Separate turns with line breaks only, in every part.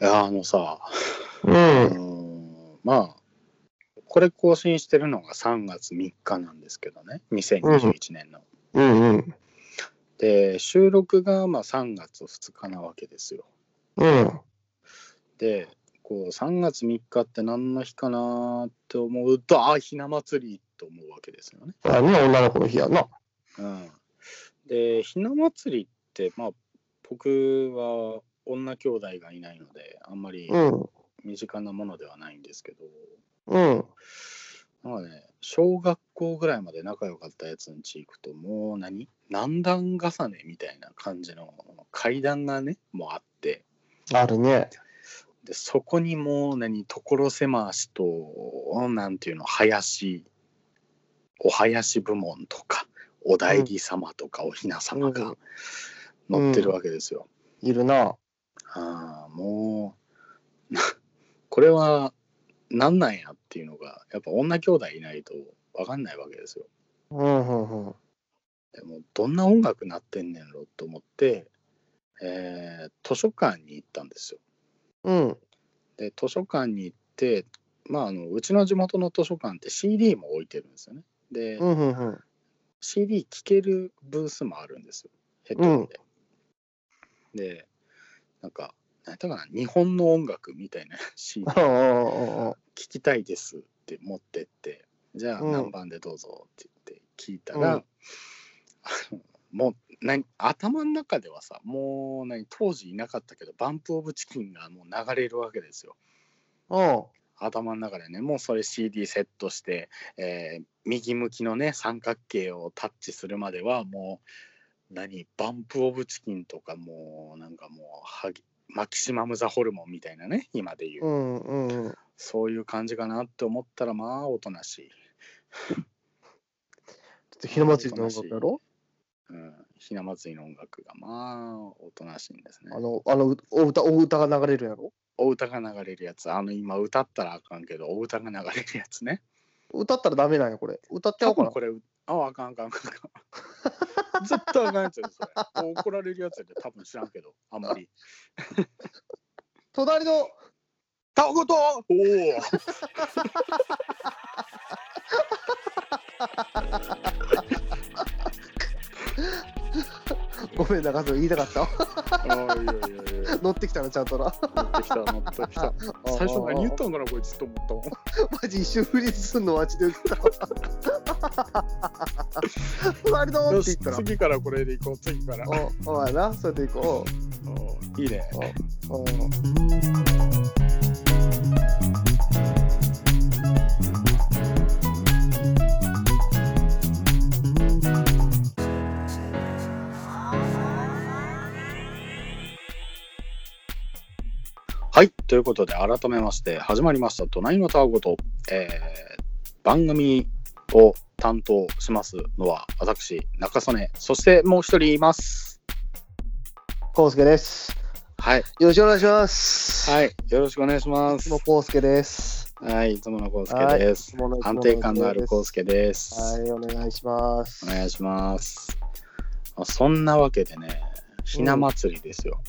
いや、あのさ、
う。
うんん、まあ、これ更新してるのが3月3日なんですけどね、2021年の。
うんうん。
で、収録がまあ3月2日なわけですよ。
うん。
で、こう3月3日って何の日かなって思うと、あ、ひな祭りと思うわけですよね。
あね、女の子の日やな。
うん、で、ひな祭りって、まあ、僕は女兄弟がいないので、あんまり
うん。
身近なものではないんですけど。
うん。
なんかね、小学校ぐらいまで仲良かったやつんち行くと、もう何何段重ねみたいな感じの階段がね、もうあって、
あるね。
で、そこにもう何、所狭しと、なんていうの、林、お囃子部門とか、お大儀様とか、お雛様が乗ってるわけですよ。
いるな。
ああ、もう、 なこれは何なんやっていうのが、やっぱ女兄弟いないと分かんないわけですよ。
うんうんうん。
でもどんな音楽なってんねんろと思って、えー図書館に行ったんですよ。
うん。
で図書館に行って、まあ、あのうちの地元の図書館って CD も置いてるんですよね。で、
うんうんうん。
CD 聴けるブースもあるんですよヘッドホンで。でなんか何やったかな日本の音楽みたいな CD
ああああああ
聞きたいですって持ってって、じゃあ
うん
何番でどうぞって言って聞いたら、
うん
あのもう何頭の中ではさ、もう何当時いなかったけど、バンプ・オブ・チキンがもう流れるわけですよ。
あ
頭の中でね、もうそれ CD セットして、えー右向きのね、三角形をタッチするまでは、もう何、バンプ・オブ・チキンとか、もうなんかもうはぎ、マキシマム・ザ・ホルモンみたいなね、今で言う。
うんうんうん。
そういう感じかなって思ったら、まあ、おとなしい。
ちょっとひな祭りの音楽やろ
うん。ひな祭りの音楽が、まあ、おとなしいんですね
あ。の、あの、お歌、お歌が流れるやろ
お歌が流れるやつ、あの、今歌ったらあかんけど、お歌が流れるやつね。
歌ったらダメなんや、これ。歌って
多
よこれ
分。これ、あ、あかんあかんあかんあ かん。絶対あかんやつやで、それ。怒られるやつやで、多分知らんけど、あんまり。
隣の、
タオとおお
ごめん、中津、言いたかった。
あいやいやいやいや。
乗ってきたな、ちゃんとな。
乗ってきた、乗ってきた。最初何言ったんかな、こいつと思ったもん。
マジ一瞬フリーズすんの待ちで受けたわ。 隣の
よ
って
し、
言ったら。
次からこれでいこう、次から。
お、お前な、それでいこう。
おいいね。
お
はい、ということで改めまして始まりました「隣のタワごと」えー番組を担当しますのは私中曽根そしてもう一人います
コウスケです。
はい、
よろしくお願いします。
はい、よろしくお願いしま
いつ
す
もコウスケです。
はいいつもの康介です
はいいつものいつも
安
の
定感のある康介です、
はい、お願いします。
お願いしますあそんなわけでねひな祭りですよ、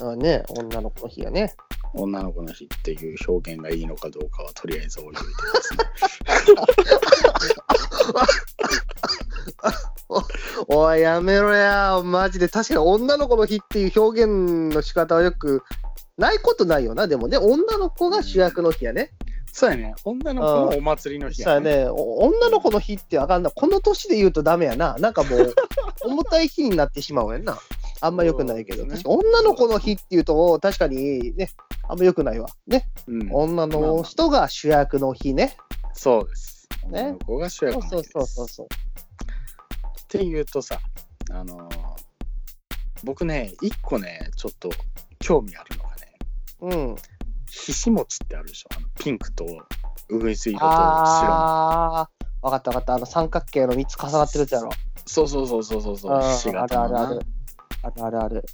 あね、女の子の日やね。
女の子の日っていう表現がいいのかどうかはとりあえず置いといてですね
おい、やめろや。マジで。確かに女の子の日っていう表現の仕方はよくないことないよな。でもね、女の子が主役の日やね。
そうやね。女の子のお祭りの日
さ
や
あ
ね。
ね、お女の子の日ってあかんな、この年で言うとダメやな、なんか もう、重たい日になってしまうやんな、あんま良くないけど、
そうです
確
ね
か女の子の日っていうと、確かにね、あんま良くないわ、ね、
うん、
女の人が主役の日ね、
そうです。
ね
女の子が主役
そ
の
う
日
そ
で
う
す。
そうそうそう、
っていうとさ、あのー僕ね、一個ね、ちょっと興味あるのがね、
うん、
ひしもちってあるでしょ。あのピンクとうぐいす色と白の。
あー、分かった分かった、あの三角形の3つ重なってるやつやろ、
そうそうそうそうそうそう。ひ
あ
し
ーある
形の
ある
な
ある、あるあるある、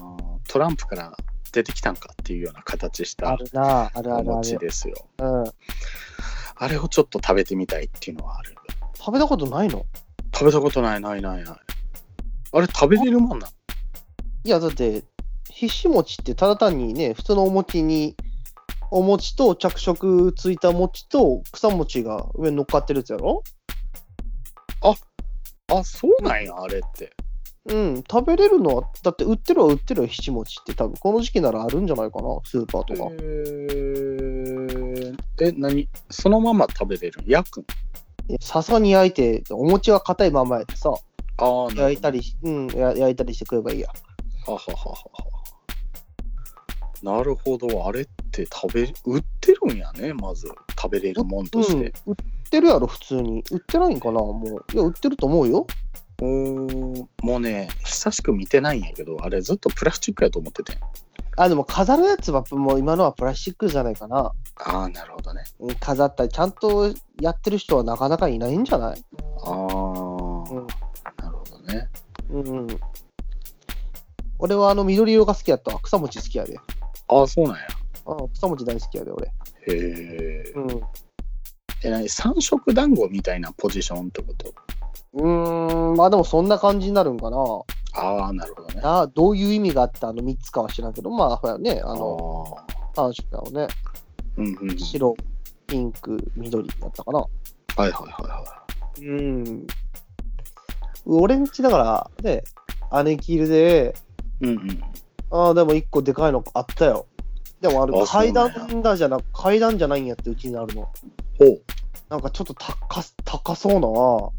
うんトランプから出てきたんかっていうような形した
あるな、あるあ
お
るあ
餅
る、
ですよ。
うん、
あれをちょっと食べてみたいっていうのはある。
食べたことないの
食べたことないないないない。あれ食べれるもんなの
いや、だって、ひし餅ってただ単にね、普通のお餅に、お餅と着色ついた餅と草餅が上に乗っかってるやつやろ
あ、そうなんや、あれって。
うん、食べれるのは、だって売ってるは売ってるよ、ひし餅って多分この時期ならあるんじゃないかな、スーパーとか。
ええ、何そのまま食べれるん焼くん
いやさすがに焼いて、お餅は硬いままやでさ、
ああ、
焼いた
り。
りし、うん、や焼いたりして食えばいいや。
ははははは。なるほど、あれって食べ、売ってるんやね、まず。食べれるもんとし
うん、売
て。
ってるやろ、普通に。売ってないんかな、もう。いや、売ってると思うよ。
おーもうね、久しく見てないんやけど、あれずっとプラスチックやと思ってて。
あ、でも飾るやつは、もう今のはプラスチックじゃないかな。
ああ、なるほどね。
うん飾ったり、ちゃんとやってる人はなかなかいないんじゃない
ああ、
うん。
なるほどね。
うん、うん。俺はあの緑色が好きやったわ。草餅好きやで。
ああ、そうなんや。
うん、草餅大好きやで、俺。
へえ。
うん。
え、何三色団子みたいなポジションってこと
うーん、まあでもそんな感じになるんかな。
ああ、なるほどね。
なあどういう意味があってあの3つかは知らんけど、まあ、ほらね、あ
あ
の、
の、
3色だよね。
うんうんうん。
白、ピンク、緑だったかな。
はいはいはいは
うん。俺んちだから、ね、姉貴いるで、
い。うんうん。
ああ、でも1個でかいのあったよ。でもあれ
あそう
階
なんや
段だじゃな階段じゃないんやってうちにあるの。
ほう。
なんかちょっと高す高そう
お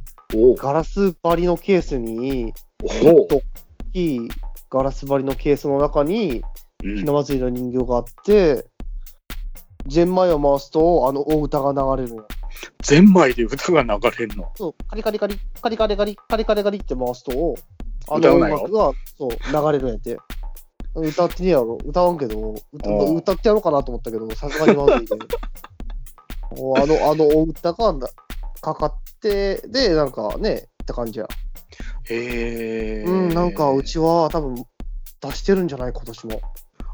う
なガラス張りのケースに、
おう
と大きいガラス張りのケースの中
う
に、
ん
ひな祭りの人形があって、ゼンマイを回すと、あの大歌が流れるの。
ゼンマイで歌が流れるの。
そう、カリカリカリ、カリカリカリ、カリカリカリって回すと、あ
歌
の
う
音
なよ
楽がそう流れるんやって。歌ってねえやろ、歌わんけど、歌
ああ
歌ってやろうかなと思ったけど、さすがにまず いで。もうあの、あのお歌がなかかって、で、なんかね、って感じや。
へえ。
うん、なんかうちは多分出してるんじゃない、今年も。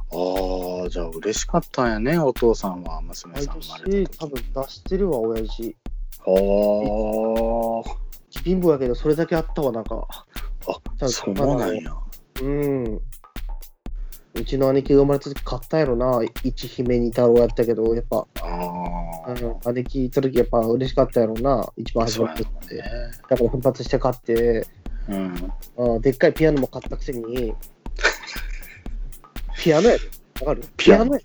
ああ、じゃあ嬉しかったんやね、お父さんは、娘
毎
さん生まれ
年
た
多
時
分出してるわ、親父。
あ
貧乏やけど、それだけあったわ、なんか。
あ、そうなんや。
うん。うちの姉貴が生まれた時買ったやろな、一姫二太郎やったけど、やっぱ、
あ
あ
あ
の姉貴いた時やっぱ嬉しかったやろな、一
ー、
番初
そう
め
や
て
ね
って。。だから奮発して買って、
うん。
あでっかいピアノも買ったく せに、ピアノやで。わかる
ピアノ
やで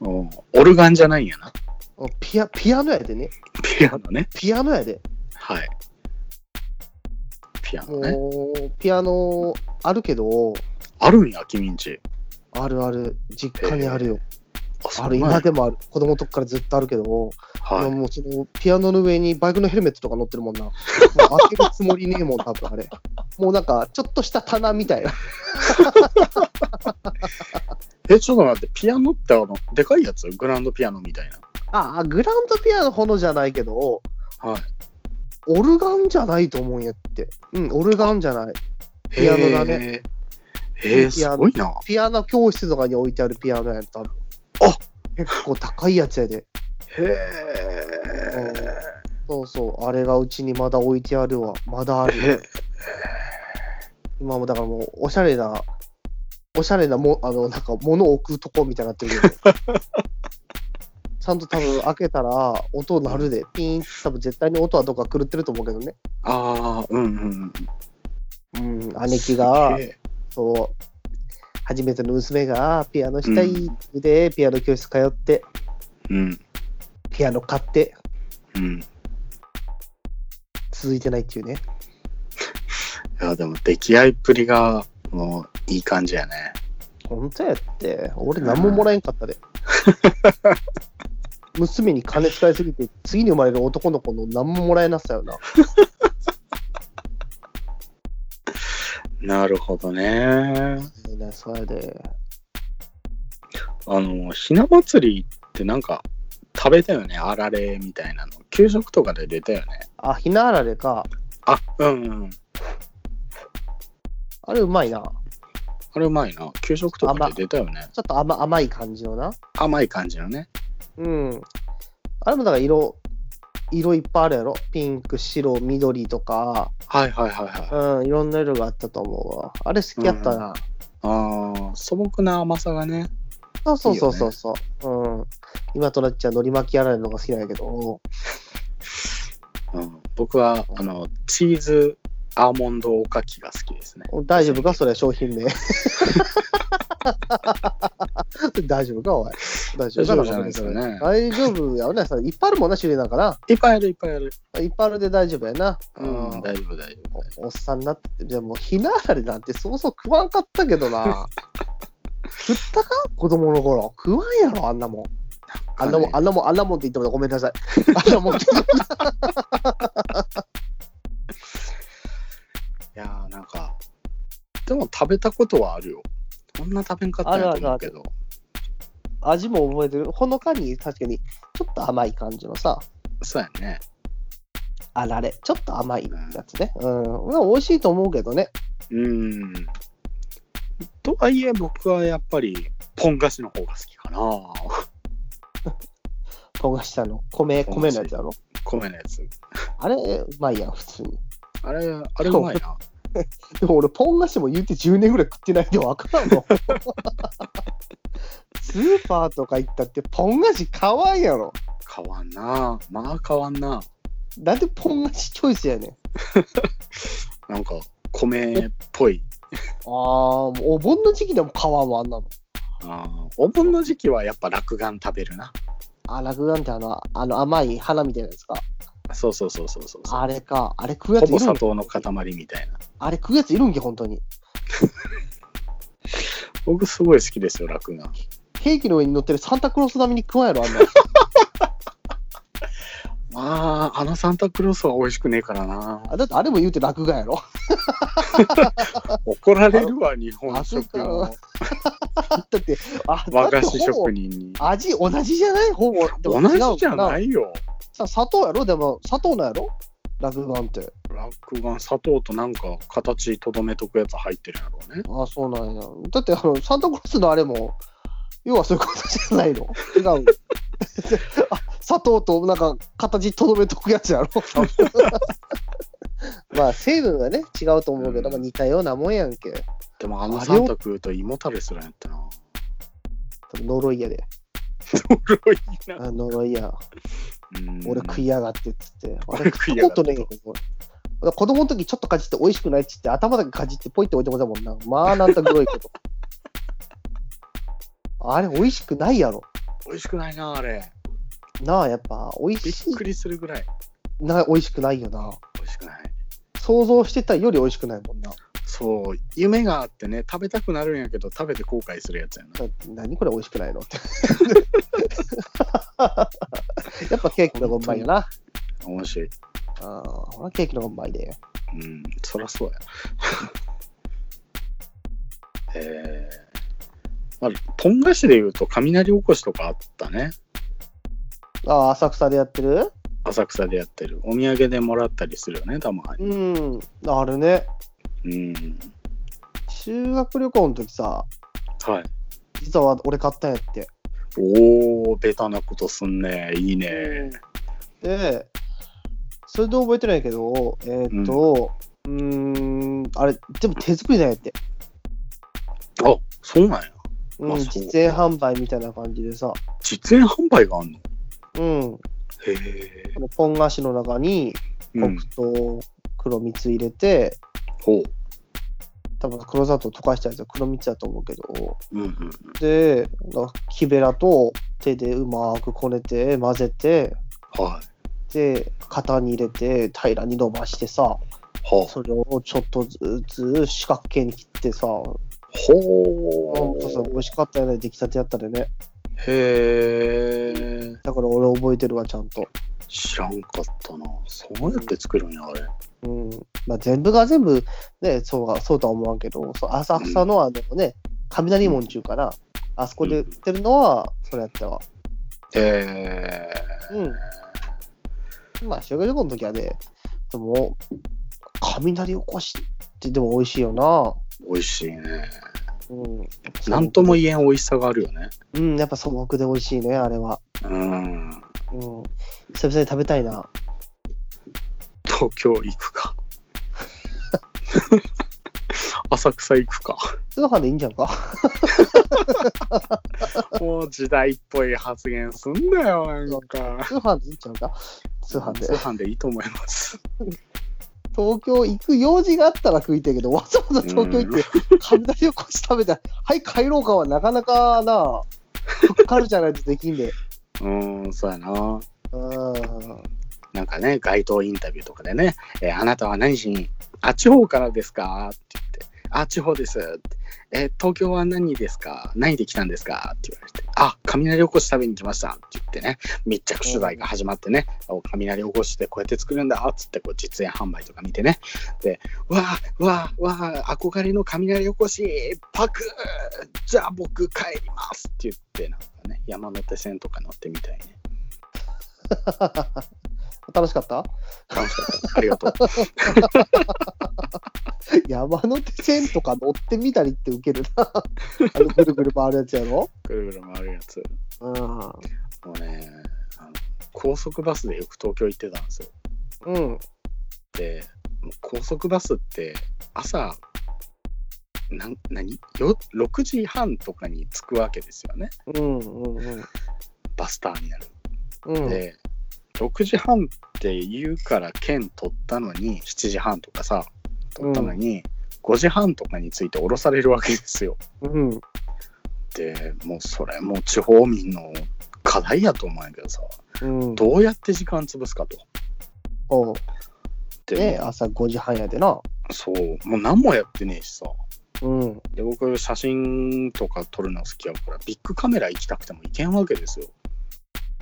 うんオルガンじゃないんやな。
うんピア。ピアノやでね。
ピアノね。
ピアノやで。
はい。ピアノね。
もう、ピアノあるけど、
あるんや、君んち。
あるある、実家にあるよ。
あ、そ
あ
うなん
る、
や
今でもある。子供の時からずっとあるけど、
はい。
もうそのピアノの上にバイクのヘルメットとか乗ってるも んな。もう開けるつもりねえもん、多分あれ。もうなんか、ちょっとした棚みたいな。
え、ちょっと待って、ピアノってあの、でかいやつグランドピアノみたいな。
ああ、グランドピアノほどじゃないけど、
はい。
オルガンじゃないと思うんやって。うん、オルガンじゃない。ピアノだね。
へえ、
ピ
す
アノ
ごいな。
ピアノ教室とかに置いてあるピアノやった。
あ
結構高いやつやで。
へえ。
そうそう、あれがうちにまだ置いてあるわ。まだあ
へ
る。今もだからもう、おしゃれな、おしゃれなも、あの、なんか、物を置くとこみたいにな ってるけど。ちゃんと多分開けたら音鳴るで、ピーンって多分絶対に音はどっか狂ってると思うけどね。
ああ、うんうん
うん、
うん。
姉貴が
すげ、え
そう、初めての娘がピアノしたいって言うで、ピアノ教室通って、
うん。
ピアノ買って、
うん。い
続いてないっていうね。
や、でも、出来合いっぷりが、もう、いい感じやね。
本当やって、俺何ももらえん かったで。娘に金使いすぎて、次に生まれる男の子の何ももらえなさよな。
なるほどね。
ねそれで。
あの、ひな祭りってなんか、食べたよね、あられみたいなの。給食とかで出たよね。
あ、ひなあられか。
あ、うんうん。
あれうまいな。
あれうまいな。給食とかで出たよね。
ちょっと甘甘い感じのな。
甘い感じのね。
うん。あれもだから色、色いっぱいあるやろ。ピンク、白、緑とか、
はいはいはいはい。
うん、いろんな色があったと思うわ。あれ好きやったな。
ああ、素朴な甘さがね。
そうそうそうそうそう、うん。今となっちゃ海苔巻き洗いのが好きなんやけど、
うん、僕は、あの、チーズアーモンドおかきが好きですね。
大丈夫かそれは商品名。 大丈夫かおい。大丈夫か
大丈夫じゃないですかね
大丈夫やろな。それいっぱいあるもんな、種類なんかな。
いっぱいある、いっぱいある。
いっぱいあるで大丈夫やな。
うん、
うん
大丈夫、大丈夫。
おおっさんになって、じゃあもうひなあれなんてそうそう食わんかったけどな。食ったか子供の頃。食わんやろ、あんなもん。あんなもん、あんなもん、あんなもんって言ってもごめんなさい。あんなもんって言っても
いやーなんか、でも食べたことはあるよ。こんな食べんかったんやと思うけど。
味も覚えてる。ほのかに確かに、ちょっと甘い感じのさ、
そうやね。
あられ、ちょっと甘いやつね。うん。まあ、美味しいと思うけどね。
うん。とはいえ、僕はやっぱり、ポン菓子の方が好きかな。
唐辛子の米、
唐辛子
米のやつだろ。
米のやつ。
あれ、うまいやん、普通に。
あれ、あれうまいな。
でも俺、ポン菓子も言うて10年ぐらい食ってないでわから んの。スーパーとか行ったって、ポン菓子買わんやろ。
変わんな。まあ変わんな。
なんでポン菓子チョイスやねん。
なんか、米っぽい。
あー、もうお盆の時期でも買わんわ、あんなの。
あーお盆の時期はやっぱ落眼食べるな。
あ、落眼ってあの、あの甘い花みたいなやつか。
そうそうそうそうそうそう。
あれか。あれ食うや
ほ
つい
ぼ
るん
砂
け
糖の塊みたいな。
あれ食うやついるんけ、本当に。
僕すごい好きですよ、落眼。
ケーキの上に乗ってるサンタクロース並みに食わんやろ、あんなの。
まあ、あのサンタクロースは美味しくねえからな。
あだってあれも言うて落眼やろ。
怒られるわ、日本食
あ
の
だって、あ、
和
だっ
菓子
てほぼ
職人に。
味同じじゃないほぼ。で
同
も
じじゃ
違うか
ないよ。
さ砂糖やろでも砂糖なんやろ落眼って。
落眼、砂糖となんか形とどめとくやつ入ってるやろうね。
ああ、そうなんや。だってあの、サンタクロースのあれも、要はそういうことじゃないの違う。 あ砂糖となんか形とどめとくやつやろ まあ成分がね違うと思うけど、まあ、似たようなもんやんけ
でもあの
あれを
サンタ食うと胃もたれするんやった な。
多分呪いやで
呪いな。
あ呪いや
うん
俺食いやがってっつって。
俺
俺
食
食
い
い
や
や
がっ
が
て
って。子供の時ちょっとかじって美味しくないっつって頭だけかじってポイって置いてもらったもんな。まあなんた黒いこと。 あれ美味しくないやろ。
美味しくないな、あれ。
なあやっぱ美味
びっ
し
くりするぐらい。
いな美味しくないよな。
美味しくない。
想像してたより美味しくないもんな。
そう、夢があってね、食べたくなるんやけど、食べて後悔するやつやな。
だって何これ美味しくないのって。 やっぱケーキの方がうまいよな。
面白い。
ああ、俺はケーキの方がうまいで。
うん、そらそうや。 えー、まあ、ポン菓子で言うと、雷おこしとかあったね。
ああ、浅草でやってる
浅草でやってる。お土産でもらったりするよね、たまに。
うん。あるね。
うん。
修学旅行の時さ、
はい。
実は俺買ったんやって。
おー、ベタなことすんね。いいね。
で、それで覚えてないけど、えーっと、うーん、んあれ、でも手作りなんやって。
あ、そうなんや。
うん
あ、そう
実演販売みたいな感じでさ、
実演販売があんの
うん、
へえ。
このポン菓子の中に
う
黒
ん。
糖、黒蜜入れて、
ほ
多分黒砂糖溶かしたやつは黒蜜だと思うけど、
う。うんうん。
で、なんか木べらと手でうまくこねて、混ぜて、
はい。
で、型に入れて、平らに伸ばしてさ、
はあ。
それをちょっとずつ四角形に切ってさ、ほ
ほ
んとさ、
う。
美味しかったよね、出来たてやったでね。
へえ。
だから俺覚えてるわ、ちゃんと。
知らんかったな。そうやって作るんや、あれ。
うん。まあ全部が全部、ね、そうは、そうとは思わんけど、そう浅草のあのね、雷門中から、あそこで売ってるのは、それやったわ。
へ
うん。まあ修学旅行の時はね、でも、雷おこしってでも美味しいよな。
ー。美味しいね。
うん。
なんとも言えん美味しさがあるよね。
うん、やっぱ素朴で美味しいね、あれは。
うん。
うん。久々に食べたいな。
東京行くか。 浅草行くか。
通販でいいんじゃ んか
もう時代っぽい発言すんだよ、なんか。
通販でいいんちゃうか通販で
通。販でいいと思います。
東京行く用事があったら食いたいけど、わ ざわざ東京行って、雷おこし食べたら、はい、帰ろうかはなかなかな、ふっかるじゃないとできんで。
うーん、そうやな。
うん。
なんかね、街頭インタビューとかでね、えーあなたは何しに、あ、地方からですかって言って、あ、地方ですって、えー東京は何ですか何で来たんですかって言われて、あ、雷おこし食べに来ましたって言ってね、密着取材が始まってね、お雷おこしってこうやって作るんだっつって、こう実演販売とか見てね、で、わあ、わあ、わあ、憧れの雷おこし、パクじゃあ僕帰りますって言って、なんかね、山手線とか乗ってみたいね。
楽しかった
楽しかった。ありがとう。
山手線とか乗ってみたりってウケる な。あのぐるぐる回るやつやろ
ぐるぐる回るやつ。
うん。
もうねあの高速バスでよく東京行ってたんですよ
うん。
でもう高速バスって朝なん何よ6時半とかに着くわけですよね
うん。うん。うん。
バスターミナル
うん。
で、6時半って言うから券取ったのに7時半とかさ取ったのに、5時半とかに着いて降ろされるわけですよ
うん。
でもうそれもう地方民の課題やと思うんやけどさ
うん。
どうやって時間潰すかと。
おう
で
ね、朝5時半やでな。
そう、もう何もやってねえしさ。
うん。
で、僕、写真とか撮るの好きやから、ビッグカメラ行きたくても行けんわけですよ。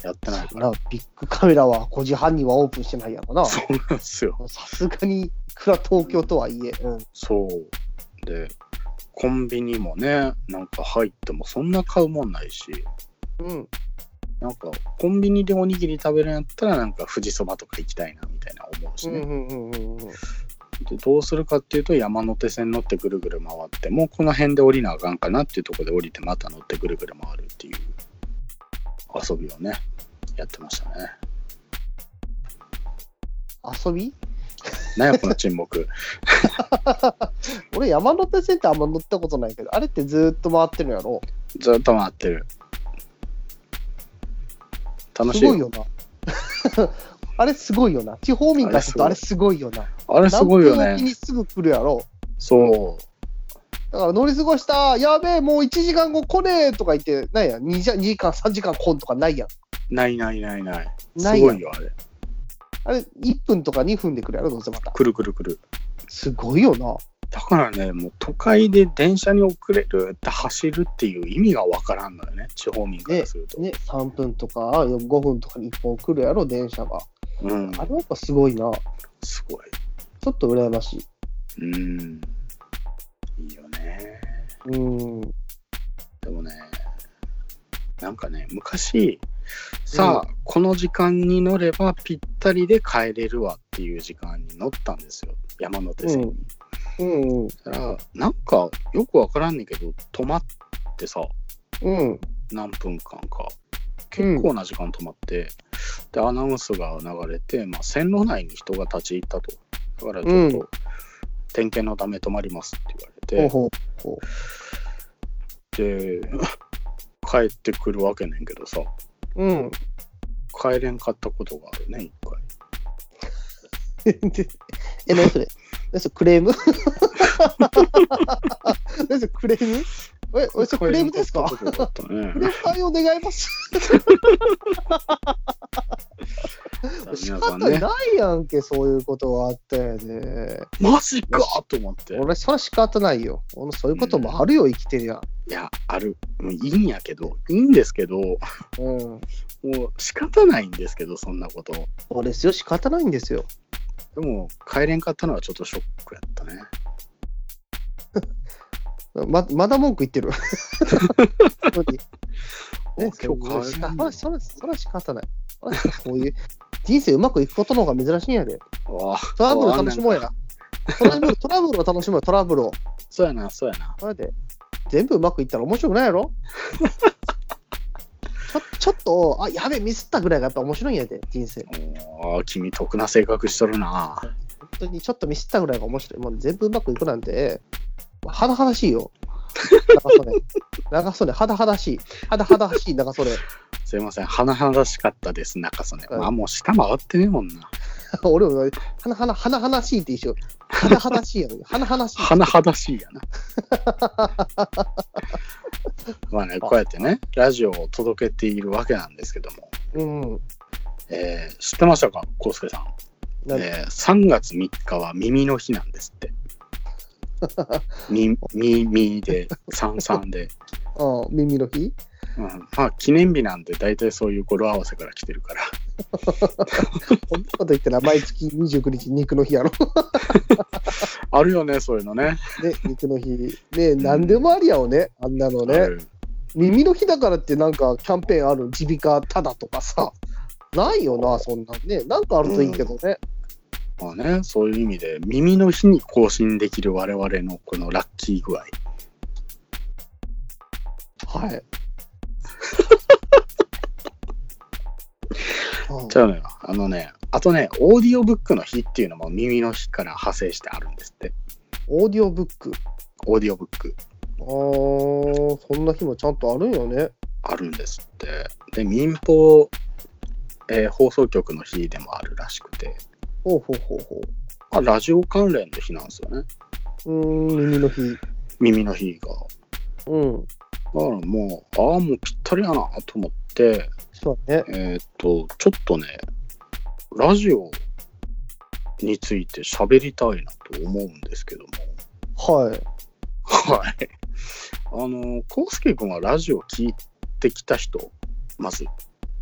やってないから。
なビッグカメラは5時半にはオープンしてないやろな。
そ
さ
うなんですよ。
すがに、いくら東京とはいえ。うん。
そう。で、コンビニもね、なんか入ってもそんな買うもんないし、
うん。
なんかコンビニでおにぎり食べるんやったら、なんか富士そばとか行きたいなみたいな思うしね。
んうんうんうん。
でどうするかっていうと山手線乗ってぐるぐる回ってもうこの辺で降りなあかんかなっていうところで降りてまた乗ってぐるぐる回るっていう遊びをねやってましたね。
遊び
なんやこの沈 黙
俺山手線ってあんま乗ったことないけどあれってずーっと回ってるんやろ
ずっと回ってる楽しい
すごいよな あれすごいよな地方民からするとあ
あ
れ
れ
すごいよな
あれすごいよ
何分おき
ね
にすぐ来るやろ
そ
だから乗り過ごしたやべえもう1時間後来ねえとか言ってないやん 2, 時2時間3時間来んとかないやん
うないないないない
な
す
いや
ご
ん
いよあれ
あれ1分とか2分で来るやろどうせまた
くるくるくる
すごいよな
だからねもう都会で電車に遅れるって走るっていう意味がわからんのよね地方民からすると、
ね3分とか5分とかに1本来るやろ電車が
うん
あれやっぱすごいな
すごい
ちょっと羨ましい
うん。いいよね。
うん
でもね、なんかね、昔、さあ、この時間に乗ればぴったりで帰れるわっていう時間に乗ったんですよ、山手線に。
うんうん
だから、なんかよくわからんねんけど、止まってさ、
うん
何分間か。結構な時間止まって、で、アナウンスが流れて、まあ、線路内に人が立ち入ったと。だからちょっと、
う
点検のため止まりますって言われて、
ほうほう
で 帰ってくるわけねんけどさ
うん
帰れんかったことがあるね一回
でえ、何それ何それクレーム 何それクレームえ、俺それクレームですか
帰れんったことがあった
ク
ね
レーム対応願います。仕
皆
方
さん
ない
ね
やんけ、そういうことがあったよね。
マジかと思って
俺、それ仕方ないよ。俺そういうこともあるよ、生きてりゃ。
いやあるうんいいんやけどいいんですけども
うん。
う仕方ないんですけどそんなことで
そうですよ、仕方ないんですよ。
も帰れんかったのはちょっとショックやったね
ままだ文句 言ってる。本当にね、
今日帰れんの
そそれそれは仕方ない。それはこういう人生うまくいくことの方が珍しいんやで。
ああ
トラブルを楽しもうや。トラブルトラブルを楽しもうよトラブルを。
そうやなそうやな
それで、全部うまくいったら面白くないやろちょちょっと、あ、やべ、ミスったぐらいがやっぱ面白いんやで、人生。
おー君得な性格しとるな
本当にちょっとミスったぐらいが面白い。もう全部うまくいくなんて、はだはだしいよ。長袖。長袖、はだはだしい。はだはだしい長袖。
すいません、甚だしかったです、中曽根。
はい
まあ、もう下回ってねえもんな。
俺も、はなはな、はなはなしいって一緒。はだはだしいやのに、はなはなしい。
甚だしい やな。まあね、こうやってね、ラジオを届けているわけなんですけども、
うん。
えー知ってましたか、コ介さん。
なん
えー3月3日は耳の日なんです って。み、み、みで、三三で。
うん、耳の日
うん、まあ、記念日なんて大体そういう語呂合わせから来てるから。
こんなこと言ったら毎月29日肉の日やろ。
あるよね、そういうのね。
ね、肉の日。ね、なんでもありやをね、あんなの
あ
ね。
る
耳の日だからってなんかキャンペーンある耳鼻科ただとかさ。ないよな、そんなんね。なんかあるといいけどね。
まあね、そういう意味で、耳の日に更新できる我々のこのラッキー具合。
はい。うん
ちゃうのよ。あのね、あとね、オーディオブックの日っていうのも耳の日から派生してあるんですって。
オーディオブック。
オーディオブック
ああ、そんな日もちゃんとあるんよね。
あるんですって。で、民放、えー放送局の日でもあるらしくて、
ほうほうほうほ
あラジオ関連の日なんですよね。
う。うーん、耳の日。
耳の日が。
うん。
だからもう、ああ、もうぴったりやなと思って、
そうだね。
えーっと、ちょっとね、ラジオについて喋りたいなと思うんですけども。
はい。
はい。あの、コ介ス君はラジオ聞いてきた人、まず、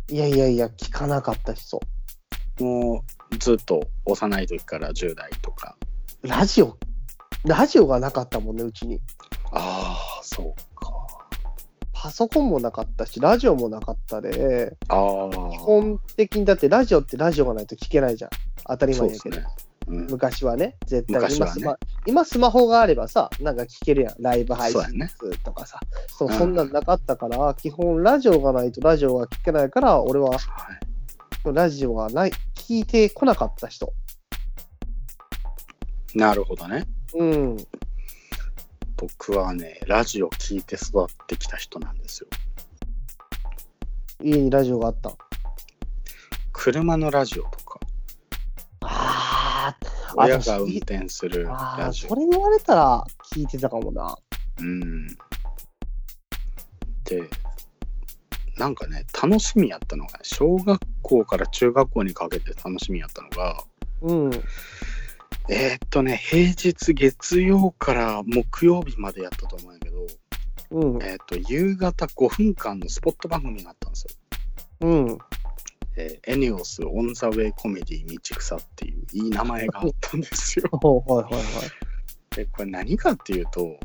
いやいやいや、聞かなかった人。
もうずっと幼い時から10代とか。
ラジオ、ラジオがなかったもんね、うちに。
ああ、そうか。
パソコンもなかったし、ラジオもなかったで、
ああ、
基本的にだってラジオってラジオがないと聞けないじゃん。当たり
そう
前
で
や
す
けど。
ね。うん、
昔はね、絶対
昔
今
は
ス
ね
マ、今スマホがあればさ、なんか聞けるやん、ライブ配信
そうやね
とかさ、そう,、
うん
そんなんなかったから、基本ラジオがないとラジオが聞けないから、俺は
はい
ラジオがない、聞いてこなかった人。
なるほどね。
うん。
僕はね、ラジオ聞いて育ってきた人なんですよ。
家にラジオがあった。
車のラジオとか、
あーあ
親
私
が運転する
あ
ラ
ー、
ジ
そ
オ。
れ言われたら聞いてたかもな。
うん。で、なんかね、楽しみやったのが、小学校から中学校にかけて楽しみやったのが、
うん。
えーっとね、平日月曜から木曜日までやったと思うんやけど、
うん。
えーっと、夕方5分間のスポット番組があったんですよ。
うん。
えーエネオスオン・ザ・ウェイ・コメディ・道草っていういい名前があったんですよ。
ほうはいはいはい。
でこれ何かっていうと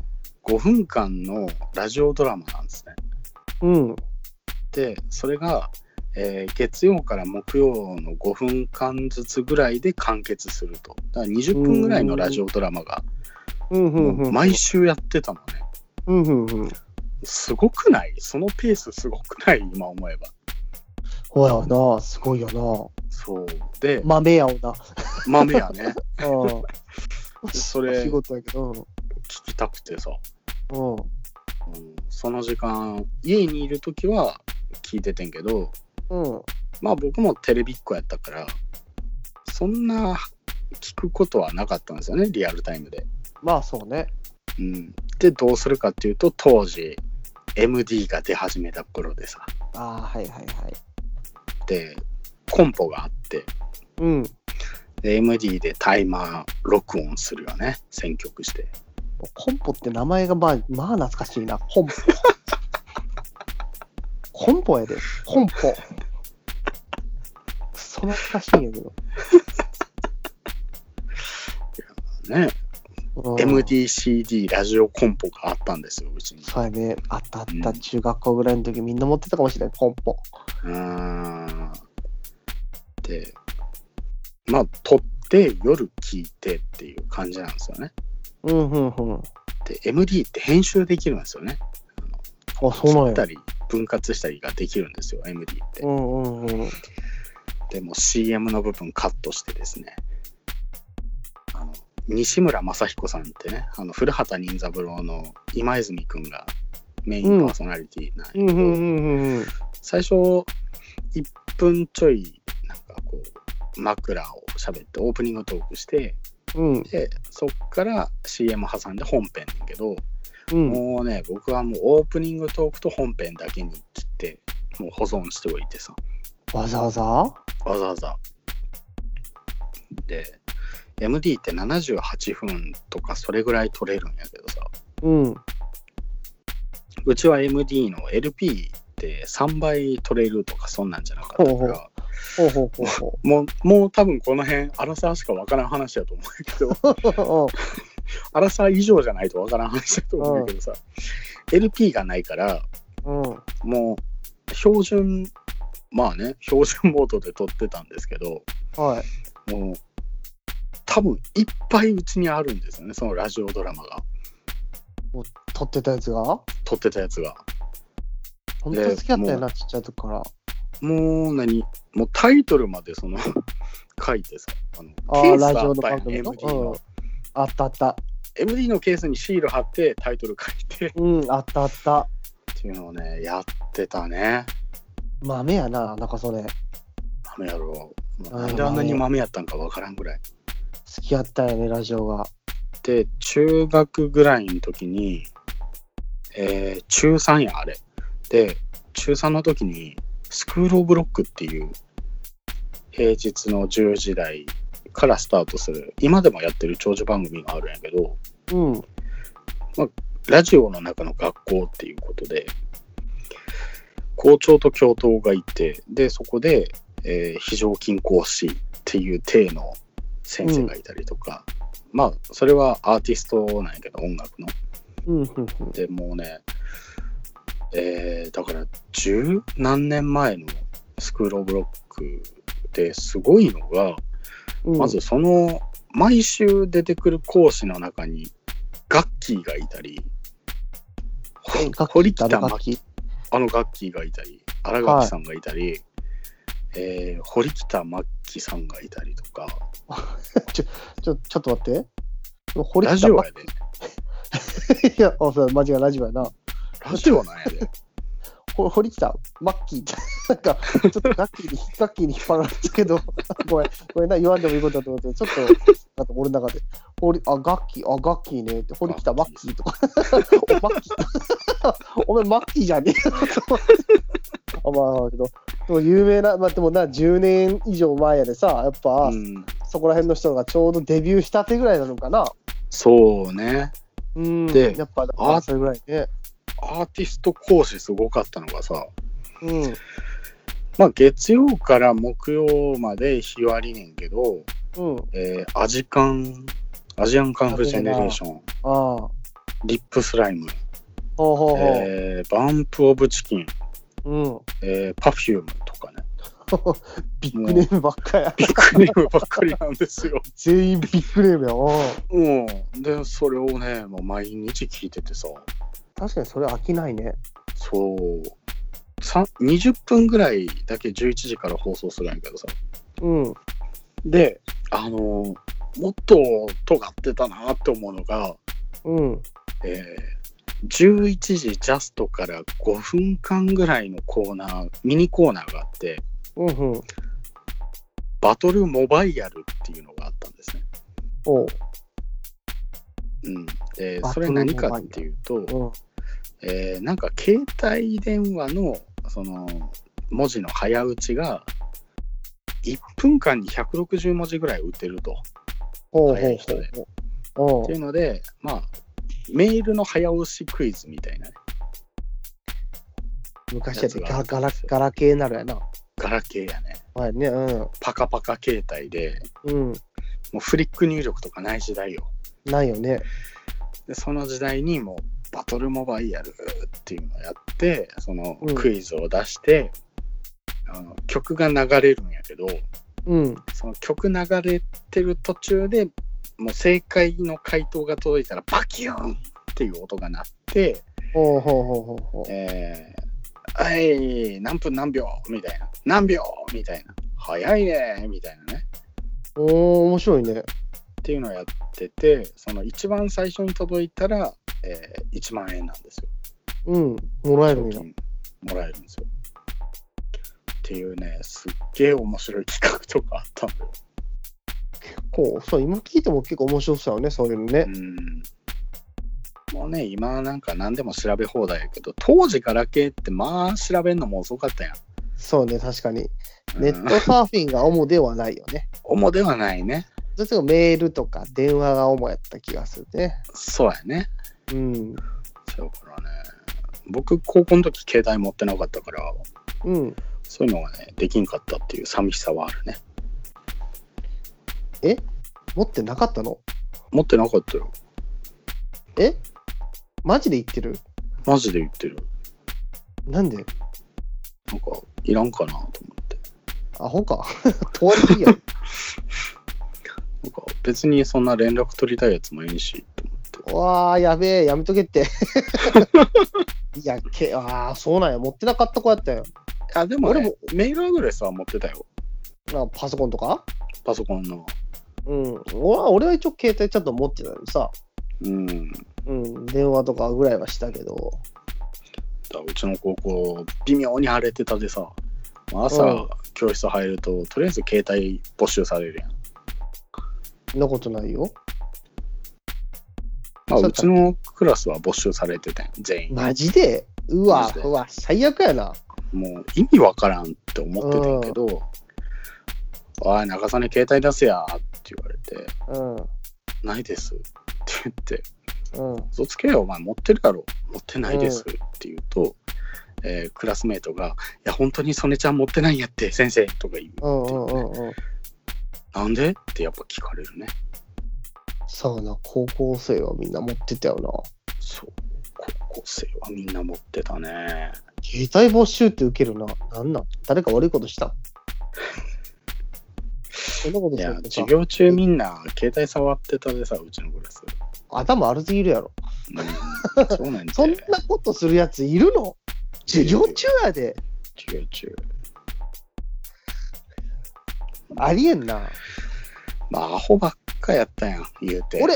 5分間のラジオドラマなんですね。
うん。
でそれが、えー月曜から木曜の5分間ずつぐらいで完結するとだから20分ぐらいのラジオドラマが
うんうん
も
う。
うん毎週やってたのね。
うんうんうん。
すごくないそのペースすごくない今思えば。
ほやな、すごいよ
そうで
な。豆やおな。
豆や ね
うん。
それ
仕事やけど。
聞きたくてさ。
うん。
うんその時間家にいる時は聞いててんけど
うん。
まあ僕もテレビっ子やったからそんな聞くことはなかったんですよねリアルタイムで。
まあそうね。
うん、でどうするかっていうと当時 MD が出始めた頃でさ
ああ、はいはいはい。
でコンポがあって
うん。
で MD でタイマー録音するよね選曲して。
コンポって名前がまあ、まあ懐かしいな。コンポ。 コンポやで。コンポ。クソ懐かしいんやけど。
ね、
うん
MDCD ラジオコンポがあったんですようちに。
そうやね。あったあっ
う
た。
ん
中学校ぐらいの時みんな持ってたかもしれない。コンポ。
うーんでまあ撮って夜聞いてっていう感じなんですよね。
うんうんうん。
で MD って編集できるんですよね。
あ、そうなん
切った
や。
り分割したりができるんですよ MD って
う。んうんうん。
でも CM の部分カットしてですねあの西村雅彦さんってねあの古畑任三郎の今泉君がメインパーソナリティなんやけ
う
ど、
んうんうんうんうん。
最初1分ちょいなんかこう枕を喋ってオープニングトークして
うん
でそっから CM 挟んで本編だけど、
うん。
もうね僕はもうオープニングトークと本編だけに切ってもう保存しておいてさ
わざわざ
わざわざ。で MD って78分とかそれぐらい取れるんやけどさ
うん。
うちは MD の LP って3倍取れるとかそんなんじゃなかったか
ほうほう
ら
ほうほうほうほう。
もうもう多分この辺アラサーしかわからん話やと思うけど アラサー以上じゃないとわからん話やと思うんやけどさ LP がないから
うん。
もう標準まあね標準モードで撮ってたんですけど
はい。
もう多分いっぱいうちにあるんですよねそのラジオドラマが
撮ってたやつが
撮ってたやつが
本当好きだったよ
も
な、ちっちゃい時から。
もう何もうタイトルまでその 書いてさあの
あ
ケ
あ、
ース
ラジ
あ
オ
っ
の
たやん
番組の。
MD の
うん、あったあった。
MD のケースにシール貼ってタイトル書いて
うん、あったあった。
っていうのをねやってたね
豆やな、なんかそれ。好
豆やろう
あ
なんであんなに豆やったんかわからんぐらい
きやったよね、ラジオが。
で中学ぐらいの時に、えー中3やあれで中3の時にスクール・オブ・ロックっていう平日の10時台からスタートする今でもやってる長寿番組があるんやけど
うん。
ラジオの中の学校っていうことで校長と教頭がいてでそこで、えー非常勤講師っていう体の先生がいたりとか、まあそれはアーティストなんやけど音楽の。
うん、うん、
でもうね、えーだから十何年前のスクール・オブ・ロックですごいのが、
うん。
まず、その毎週出てくる講師の中にガッキーがいたり、ほ堀北真希
き。
あのガッキーがいたり、荒垣さんがいたり、えー堀北真希さんがいたりとか、
ちょ、ちょっと待って。堀
ラ
北
ジオやで、
真 希。いや、あ、そう、間違いない、ラジオやな。
ラジオなんや で。
ほ堀北、マッキーって、 なんか、ちょっとガッキーに、 ガッキーに引っ張られたけど、 ごめん、ごめんな、言わんでもいいことだと思って、ちょっと、なんか俺の中で、堀、あ、ガッキー、あ、ガッキーねって、堀北、マッキーとか、 おマッキー、お前、マッキーじ ゃねえよ あ、まあ、けど、でも有名な、まあ、でもな、10年以上前やでさ、やっぱ、
うん
そこら辺の人がちょうどデビューしたてぐらいなのかな。
そうね、
うん、
で
やっぱ、だか
あ
らそれぐらいね。
アーティスト講師すごかったのがさ、
うん、
まあ、月曜から木曜まで日割りねんけど、
うん、
えーアジカン、アジアンカンフージェネレーション、
ああ、ほ
リップスライム、
うほうほう。
えーバンプオブチキン、
うん
えーパフュームとかね、
ビッグネームばっかや。
ビッグネームばっかりなんですよ。
全員ビッグネームや。 うん
うん。で、それをね、もう毎日聞いててさ、
確かにそれ飽きないね。
そう、さん20分ぐらいだけ11時から放送するんやけどさ、
うん。
で、あのーもっと尖ってたなって思うのが、
うん。
えー11時ジャストから5分間ぐらいのコーナーミニコーナーがあって
うんうん。
バトルモバイアルっていうのがあったんですね。
おう。
うん、で
バ
そ
ト
れ
ルモバイアル
何かっていうと、
うん。
えーなんか携帯電話のその文字の早打ちが1分間に160文字ぐらい打てると。
ほうほう
早い人で
ほう。
って
う
い
ん。
うのでまあメールの早押しクイズみたいなね
昔やってガガラガラ系なるやな。
ガラケーやね
はいね。うん。
パカパカ携帯で
うん。
もうフリック入力とかない時代よ。
ないよね。
でその時代にもうバトルモバイアルっていうのをやってその
うん
クイズを出して、あの曲が流れるんやけど
うん。
その曲流れてる途中でもう正解の回答が届いたらバキューンっていう音が鳴って
ほうほうほうほうほ
「えー、はい何分何秒」みたいな「何秒」みたいな「早いね」みたいなね
う。おお、面白いね。
っていうのをやっててその一番最初に届いたら、えー1万円なんですよ
うん、もらえるんや
賞。金もらえるんですよっていうねすっげえ面白い企画とかあったんだよ
こう、そう、今聞いても結構面白そうよね、そういうのね。
うんもうね今はなんか何でも調べ放題やけど当時ガラケーってまあ調べるのも遅かったやん
そうね、確かに。ネッ
うん
トサーフィンが主ではないよね。
主ではないね
どっちかメールとか電話が主やった気がするね。
そうやね
うん。
そうからね僕高校の時携帯持ってなかったから
うん。
そういうのがねできんかったっていう寂しさはあるね
持ってなかったの
持ってなかったよ
えマジで言ってる
マジで言ってる
なんで
なんかいらんかなと思って
アホか。 問われてるやん。
なんか別にそんな連絡取りたいやつもいいしと思って
うわー、やべえ、やめとけって。 いや、け、あー、そうなんや。持ってなかった子やったよ。
あでも,、ね、
俺
もメールアドレスは持ってたよ
なパソコンとか
パソコンの
うん。俺は俺は一応携帯ちゃんと持ってたのさ。
うん
うん。電話とかぐらいはしたけど。
だうちの高校微妙に荒れてたでさまあ朝、
うん
教室入るととりあえず携帯没収されるやん、
そんなことないよ。
まあ、
そうだ
うちのクラスは没収されてたやん全員
マジでう
マ
わ
ジ、で
うわ、最悪やな。
もう意味わからんって思ってたんやけど「おい中曽根携帯出せや」って言われて
うん。うん。
「ないです」って言って「嘘つけよお前持ってるだろ持ってないです」って言うと、えークラスメートが「いや本当に曽根ちゃん持ってないんやって先生」とか言うって
うんう
言
ん
う
う
ね
んうん。
なんで?」ってやっぱ聞かれるね
そうな、高校生はみんな持ってたよな。
そう高校生はみんな持ってたね
携帯没収って受けるな。なんなん誰か悪いこと したそんなこと
い
し
や
ないとさ
授業中みんな携帯触ってたでさうちのクラス、
頭悪すぎるやろ。
うん、そうなんだよ
そんなことするやついるの授業中やで。
授業中
ありえんな。
まあ、アホばっかやったやん、言うて。
俺、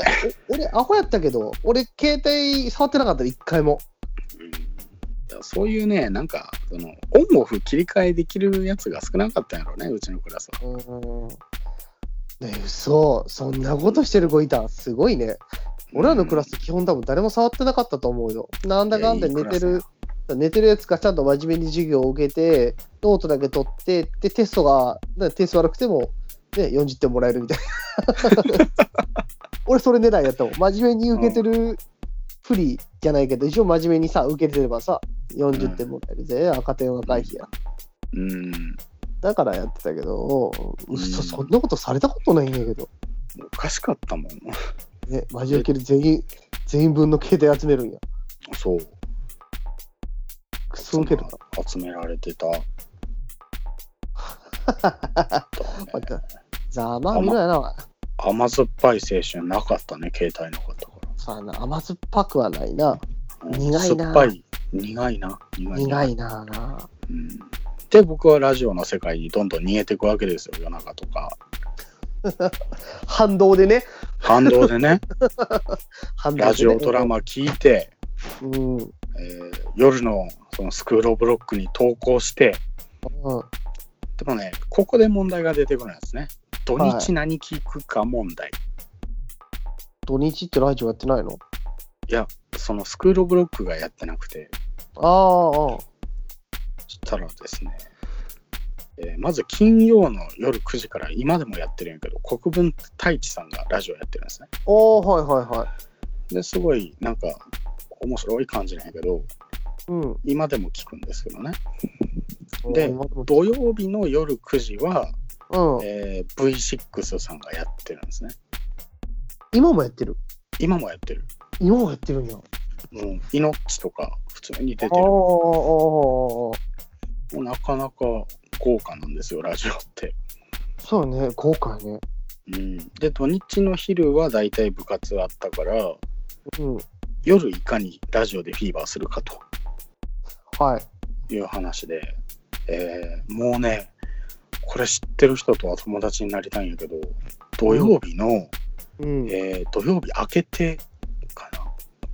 お俺、アホやったけど、俺、携帯触ってなかった、一回も。
うんだからそういうね、なんか、その、オンオフ切り替えできるやつが少なかったんやろうね、うちのクラスは。
うーん。ね、嘘。そんなことしてる子いた。すごいね。俺らのクラス、基本多分誰も触ってなかったと思うよ。なんだかんだ寝て
いやいい
る
クラス。
寝てるやつがちゃんと真面目に授業を受けて、ノートだけ取って、で、テストが、ねテスト悪くても、ね、40点もらえるみたいな。 俺、それ狙いやったもん。真面目に受けてる不利じゃないけど、一応真面目にさ、受けてればさ、40点もらえるぜ、赤点は回避や。
うん。
だからやってたけど、
うん
嘘そんなことされたことないんだけど、
おかしかったもん。
ね、マジ受ける全員、全員分の携帯集めるんや。
そう。
クソ受けるな。
集められてた。だからね
また、ざまあみろやな、お前
甘酸っぱい青春なかったね、携帯なかったから。
さあな、甘酸っぱくはないな。
うん
苦いな
酸っぱい。苦いな。苦いな。
苦いなあな。
うんで、僕はラジオの世界にどんどん逃げていくわけですよ、夜中とか。
反動でね、
反動 でね。
反動でね
ラジオドラマ聞いて、
うん。うん。
えー夜のそのスクール・オブ・ロックに投稿してでもねここで問題が出てくるんですね土日何聞くか問題、
土日ってラジオやってないの
そのスクール・オブ・ロックがやってなくて
ああ、ああ。
そしたらですね、えーまず金曜の夜9時から今でもやってるんやけど国分太一さんがラジオやってるんですね
おー、はいはいはい。
ですごいなんか面白い感じなんやけど
うん。
今でも聞くんですけどねで
うん
土曜日の夜9時は、
うん。
えー V6 さんがやってるんですね
今もやってる。
今もやってる
今もやってるんや。
うん、命とか普通に
あ
出
あ、
てる
ああ、ああ
も
ああ。
うなかなか豪華なんですよラジオって、
そうね、後悔ね。
うん、で土日の昼は大体部活あったから
うん。
夜いかにラジオでフィーバーするかと
はい。
いう話で、えーもうねこれ知ってる人とは友達になりたいんやけど土曜日の
うん。
えー土曜日明けてかな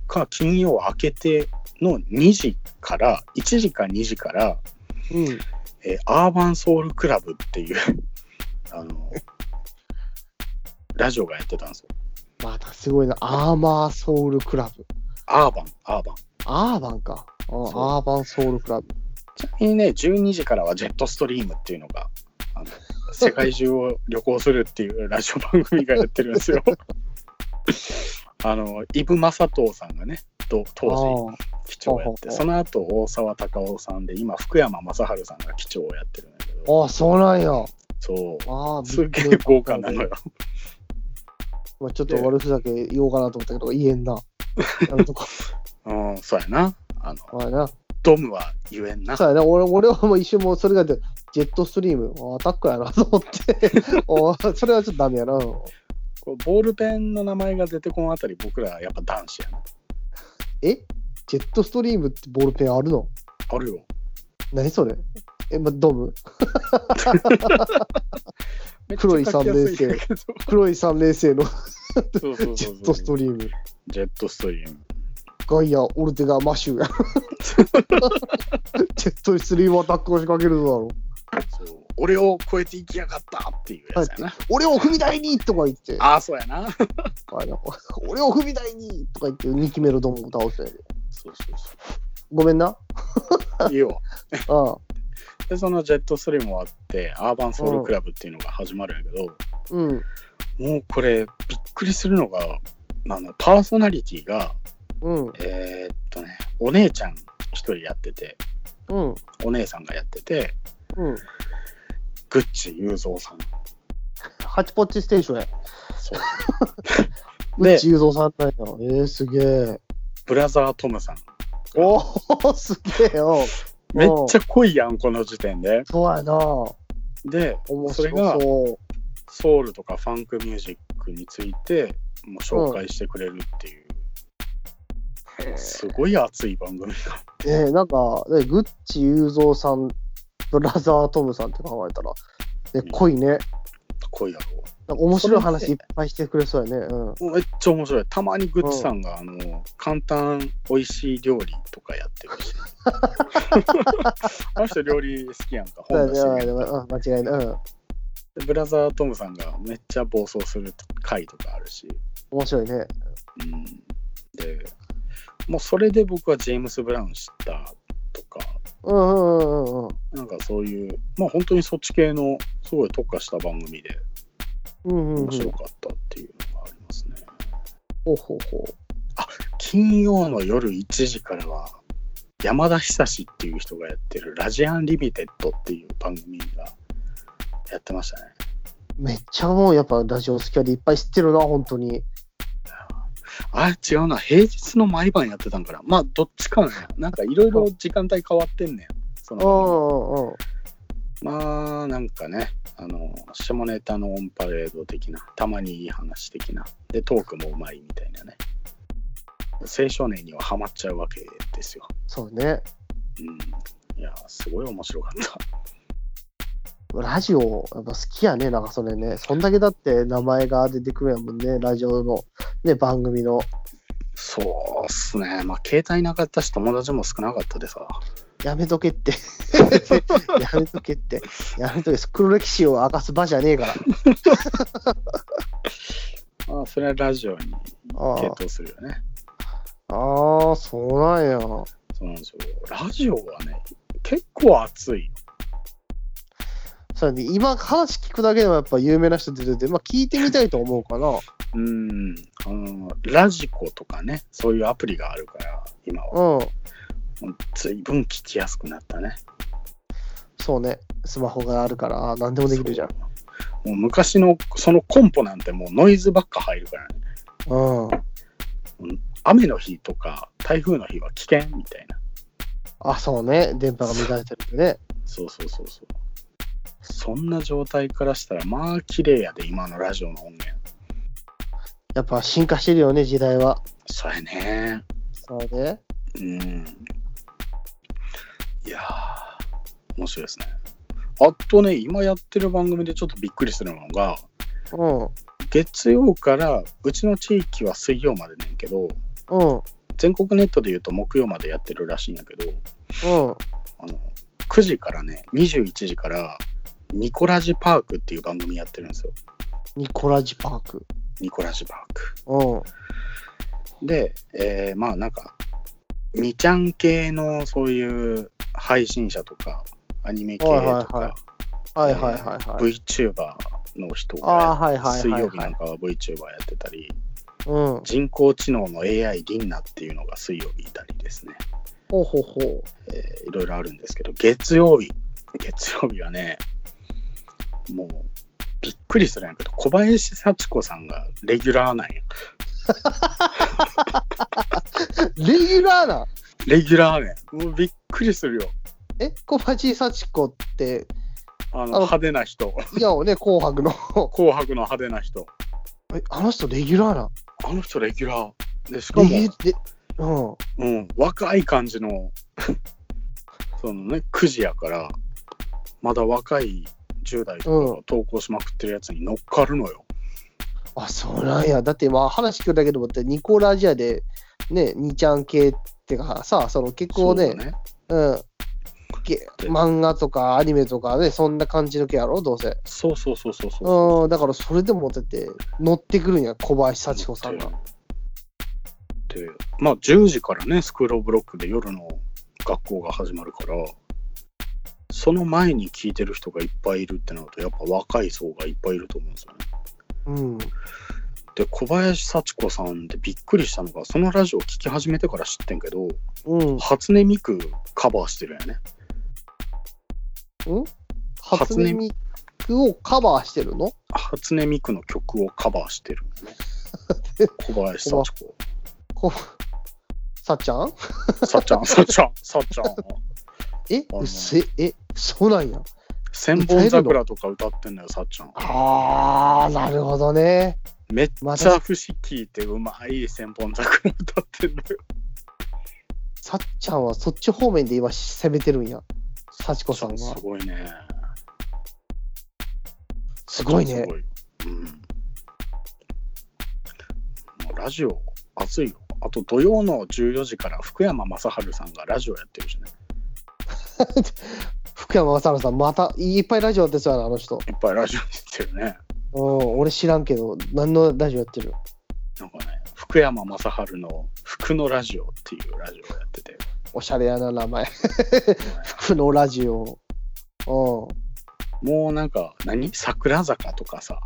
か金曜明けての2時から1時か2時から、
うん。
えーアーバンソウルクラブっていう あのラジオがやってたんですよ
またすごいな。アーマーソウルクラブ。
アーバンアーバン
アーバンか。あ
そう
アーバンソウルクラブ。
ちなみにね12時からはジェットストリームっていうのがあの世界中を旅行するっていうラジオ番組がやってるんですよ あのイブ・マサトウさんがねと当時
あ
機長をやって
ほうほうほう
その後大沢たかおさんで今福山雅治さんが機長をやってるんだけど
ーあー、そうなんや。
そ
ああ、
うすげえ豪華なのよ。
まあ、ちょっと悪ふざけ言おうかなと思ったけど、言えんな。なんとか。
うんそうやなあ の
まあな。
ドムは言えんな
そうやな。俺俺はもう一瞬もうそれが出て、ジェットストリーム、あアタックやなと 思って。おーそれはちょっとダメやな。
こうボールペンの名前が出てこんあたり僕らやっぱ男子やな
えジェットストリームってボールペンあるの
あるよ
何それえ、ま、ドム
めっちゃ
黒い三連
書
星
きやすいんだけど
黒い三連星の
そうそう
ジ
そ
ェ
う
ッ
そ
ト
う
ストリーム。
ジェットストリーム
ガイア、オルテガ、マシューや。ジェットストリームアタックを仕掛けるぞだろ。
そう俺を超えていきやがったっていうやつやな、
俺を踏み台にとか言って、
ああそうやな
あの俺を踏み台にとか言って、2期目のドムを倒したんやで
そうそうそ
ごめんな。
ういいよ
ああ
でそのジェットストリーム終わってアーバンソウルクラブっていうのが始まるんやけど、
うん。
もうこれびっくりするのがあのパーソナリティが
うん。
えーっとねお姉ちゃん一人やってて
うん。
お姉さんがやってて
うん。
グッチ雄三さん
ハチポッチステーションや。
そう
う
で
ちゆうぞうさんなんや。えー、すげえ。
ブラザートムさん
おお、すげえよ。
めっちゃ濃いやんこの時点で
そうやな。
で
面
それ
白
が
そ
ソウルとかファンクミュージックについてもう紹介してくれるっていう、
う。
すごい熱い番組が
えー、なんか、ね、グッチ雄三さん、ブラザートムさんって考えたら、ね、濃いね。なんか
濃いやろ
面白い
そ
話
れ
いっぱいしてくれそうやね。うん。
めっちゃ面白いたまにグッチさんが、あの簡単美味しい料理とかやってる しあの人料理好きやんか
そ
本
うや
出
ね
してるやん
うん間違いない。うん。
でブラザートムさんがめっちゃ暴走する回とかあるし、
面白いね。
うん、でもうそれで僕はジェームス・ブラウン知ったとか
うんうんうんうんうん。
なんかそういうまあ本当にそっち系のすごい特化した番組で
うんうんうん
面。白かったっていうのがありますね、
ほうほうほ
金曜の夜1時からは山田久志っていう人がやってる「ラジアンリミテッド」っていう番組がやってましたね
う。めっちゃもうやっぱラジオ好きやでいっぱい知ってるな、本当に。
あ違うな平日の毎晩やってたんからまあどっちかなんやなんかいろいろ時間帯変わってんねんそ
うんう
の
んうん。
まあなんかねあの下ネタのオンパレード的なたまにいい話的なでトークもうまいみたいなね青少年にはハマっちゃうわけですよ、
そうね。
うん、いやすごい面白かった
ラジオ、やっぱ好きやね、なんかそれね。そんだけだって名前が出てくるやもんね、ラジオの、ね、番組の。
そうっすね。まあ、携帯なかったし、友達も少なかったでさ。
やめとけ って。やめとけって。やめとけ。黒歴史を明かす場じゃねえから。
まあ、それはラジオに
あ
傾
ー
倒するよね。
あー、そうなんや。
そうなんですよ。ラジオはね、結構熱いよ。
そうやね、今話聞くだけでもやっぱ有名な人出てて、まあ聞いてみたいと思うかな。
うん。あの、ラジコとかね、そういうアプリがあるから、今は。
うん。
随分聞きやすくなったね。
そうね。スマホがあるから、何でもできるじゃん。
そうもう昔のそのコンポなんてもうノイズばっか入るからね。
うん。
雨の日とか台風の日は危険みたいな。
あ、そうね。電波が乱れてるんでね。
そうそうそうそう。そんな状態からしたら、まあ綺麗やで、今のラジオの音源。
やっぱ進化してるよね、時代は。
そうやね。
そうね。
うん。いやー、面白いですね。あとね、今やってる番組でちょっとびっくりするのが、
うん。
月曜からうちの地域は水曜までなんやけど
うん。うん。
全国ネットでいうと木曜までやってるらしいんやけどあの9時からね21時からニコラジパークっていう番組やってるんですよ
ニコラジパーク。
ニコラジパーク
うん。
で、えーまあなんか2ちゃん系のそういう配信者とかアニメ系とか、
はいはいははいはいはいはい。
VTuber の人が
ああ、はいはい
水
はい、
曜日
は
ないん。かは VTuber やってたり
うん。
人工知能の AI リンナっていうのが水曜日いたりですね、
ほうほうほ
えーいろいろあるんですけど月曜日月曜日はねもうびっくりするんやけど小林幸子さんがレギュラーなんや
う。レギュラーな。
レギュラーねもうびっくりするよ
え、小林幸子って、
あの
の
派手な人
いやをね、紅白の。
紅白の派手な人
え、あの人レギュラーな。
あの人レギュラーでしか
レ
も、
ギュで、うん。
うん、若い感じの そのね9時やからまだ若い10代とかが投稿しまくってるやつに乗っかるのよ、
あ、そうなんや。だって、まあ、話聞くだけでもって、ニコラジアで、ね、2ちゃん系ってか、さ、その結構ね、
そうね
うん。け漫画とかアニメとかね、そんな感じの系やろ、どうせ。
そうそうそうそうそう
うん、だからそれでもだって、乗ってくるんや、小林幸子さんが。
でまあ10時からねスクールオブロックで夜の学校が始まるからその前に聞いてる人がいっぱいいるってなるとやっぱ若い層がいっぱいいると思うんですよね
うん。
で小林幸子さんでびっくりしたのがそのラジオ聞き始めてから知ってんけど
うん。
初音ミクカバーしてるよね
初音ミクをカバーしてるの
初音ミクの曲をカバーして るよね小林幸子
こさっちゃん
さっちゃんさっちゃんさっちゃん
え
あの
うっせえ、そうなんや。
千本桜とか歌ってんのよさっちゃん
あー、なるほどね。
めっちゃ節聞いてうまい千本桜歌ってんの よ
さっちゃんはそっち方面で今攻めてるんや。幸子さんは
すごいね
すごいね。
うんもうラジオ熱いよあと土曜の14時から福山雅治さんがラジオやってるしね
福山雅治さん、またいっぱいラジオやってそうやな、あの人。
いっぱいラジオやってるね
うん、俺知らんけど、何のラジオやってる
なんかね、福山雅治の福のラジオっていうラジオをやってて、
おしゃれやな、名 前。福のラジオ。うん。
もうなんか何、桜坂とかさ、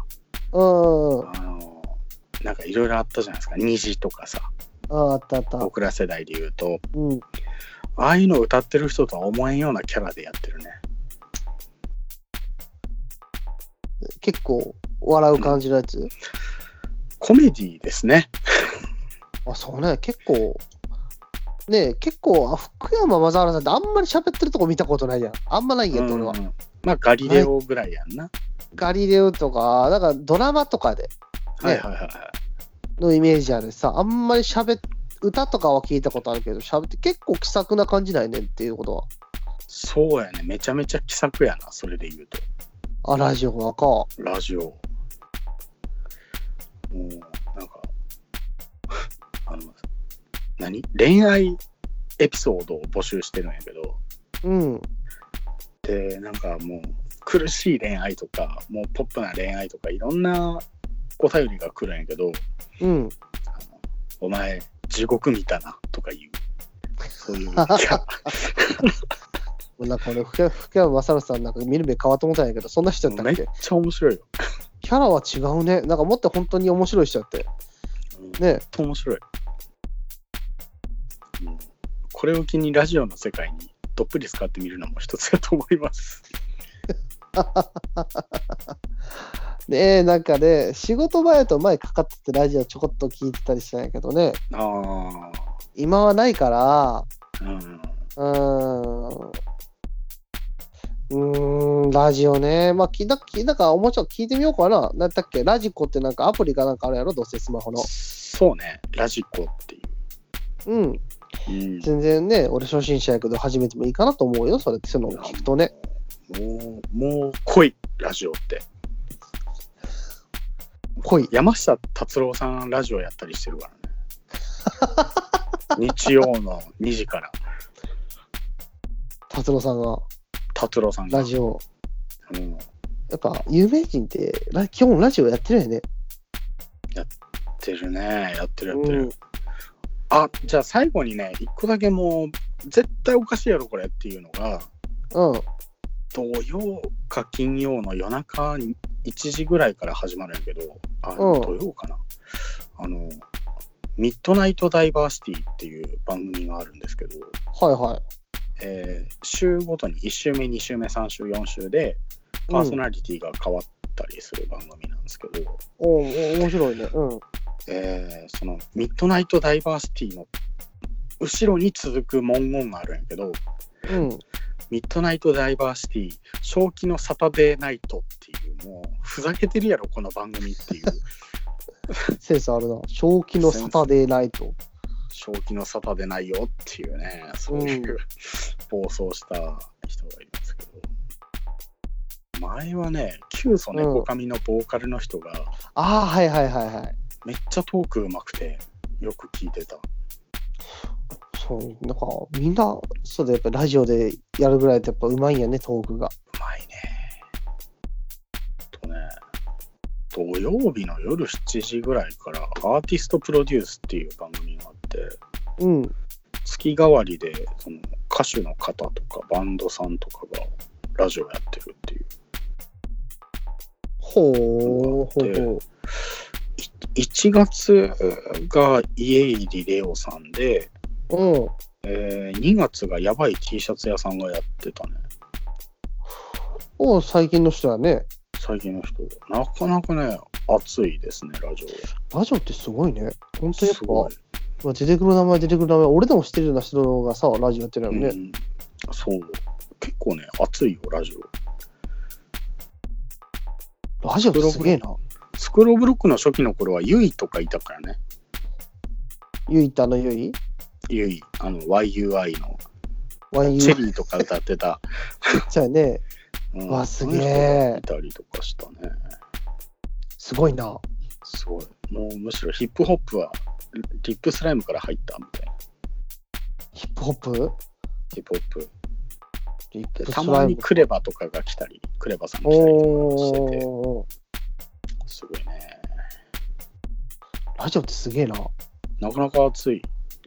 うんうん。
あのなんかいろいろあったじゃないですか、虹とかさ、
ああったあった。
僕ら世代で言うと、
うん。
ああいうの歌ってる人とは思えんようなキャラでやってるね。
結構笑う感じのやつ。
コメディですね。
あ、そうね。結構。ねえ、結構、あ福山雅治さんってあんまり喋ってるとこ見たことないじゃん。あんまないんやって、俺は
う。んまあ、ガリレオぐらいやんな。
ガリレオとか、なんかドラマとかで
は
はいい
はいはい。
のイメージあるさ、あんまり喋っ歌とかは聞いたことあるけど、喋って結構気さくな感じないねんっていうことは。
そうやね、めちゃめちゃ気さくやな、それで言うと。
あ、ラジオがか。
ラジオ。もう、なんか、 あの、何恋愛エピソードを募集してるんやけど、
うん。
で、なんかもう、苦しい恋愛とか、もうポップな恋愛とか、いろんなお便りが来るんやけど、
うん。
あのお前、地獄見たな、とか言う。そう いう、いや
なんか俺、福福山雅治さんなんか見る目変わって思ったんやけど、そんな人やった
め
っ
っ
け
ちゃ面白いよ。
キャラは違うね。なんかもっと本当に面白い人やって。
うん
ね
ほんと面白い、うんこれを機にラジオの世界にどっぷり使ってみるのも一つだと思います
ねえ、なんかね、仕事前と前かかっててラジオちょこっと聞いてたりしたんやけどね、
ああ
今はないから、
うん
うーん、うーん、ラジオね。まあ、聞いた、聞いたから、もうちょっと聞いてみようかな。なんだっけ、ラジコってなんかアプリかなんかあるやろ、どうせスマホの。
そうねラジコってい
うん、
う、
全然ね、俺初心者やけど、始めてもいいかなと思うよ、それって、そういうのを聞くとね。
うん、もうもう濃いラジオって
ぽい。
山下達郎さんラジオやったりしてるから ね日曜の2時から
達郎さんが、
達郎さんが
ラジオ。
うん、
やっぱ、有名人って、ラ基本ラジオやってるよね。
やってるねやってるやってる、
うん。
あじゃあ最後にね一個だけもう絶対おかしいやろこれっていうのが
うん。
土曜か金曜の夜中に1時ぐらいから始まるんやけどあ、
うん
土曜かなあのミッドナイトダイバーシティっていう番組があるんですけど、
はいはい。
えー週ごとに1週目2週目3週4週でパーソナリティが変わったりする番組なんですけど、
おお面白いね。うん。
えーそのミッドナイトダイバーシティの後ろに続く文言があるんやけど
うん。
ミッドナイトダイバーシティ正気のサタデーナイトっていうもうふざけてるやろこの番組っていう
センスあるな。正気のサタデーナイト。
正気のサタデーないよっていうねそういうう暴走した人がいるんですけど前はね旧ソネコカミのボーカルの人が
ああ、はいはいはいはい。
めっちゃトークうまくてよく聞いてた
そう、なんか、みんな、そうだ、やっぱラジオでやるぐらいって、やっぱうまいんやね、トークが。
うまいね。とね、土曜日の夜7時ぐらいからアーティストプロデュースっていう番組があって、
うん。
月替わりでその歌手の方とかバンドさんとかがラジオやってるっていう。
ほう、ほうほう。
い1月が家入レオさんで、
うん。
えー2月がやばい T シャツ屋さんがやってたね。
お最近の人やね。
最近の人、なかなかね、熱いですね、ラジオ。
ラジオってすごいね。ほんとやっ
すごい
ぱ、。まあ出てくる名前、出てくる名前、俺でも知ってるような人がさ、ラジオやってるよね。
うん、そう結構ね熱いよラジオ
ラジオってすげえな。
スクローブロックの初期の頃はユイとかいたからね
ゆいってあのゆい
ユイあの YUI の
ワイン
チ
ユイ
ェリーとか歌って た、
ちゃうね。
うん
わすげえ
そういう人がいたりとかしたね
すごいな。
すごいもうむしろヒップホップはリリップスライムから入ったみたいな
ヒップホップ
ヒップホップ
リッ
で
プ
た
ス
ま
ライ
に
ム。
クレバとかが来たりクレバさんが来たりとかしてて
おー。
すごいね
ラジオってすげえな。
なかなか熱い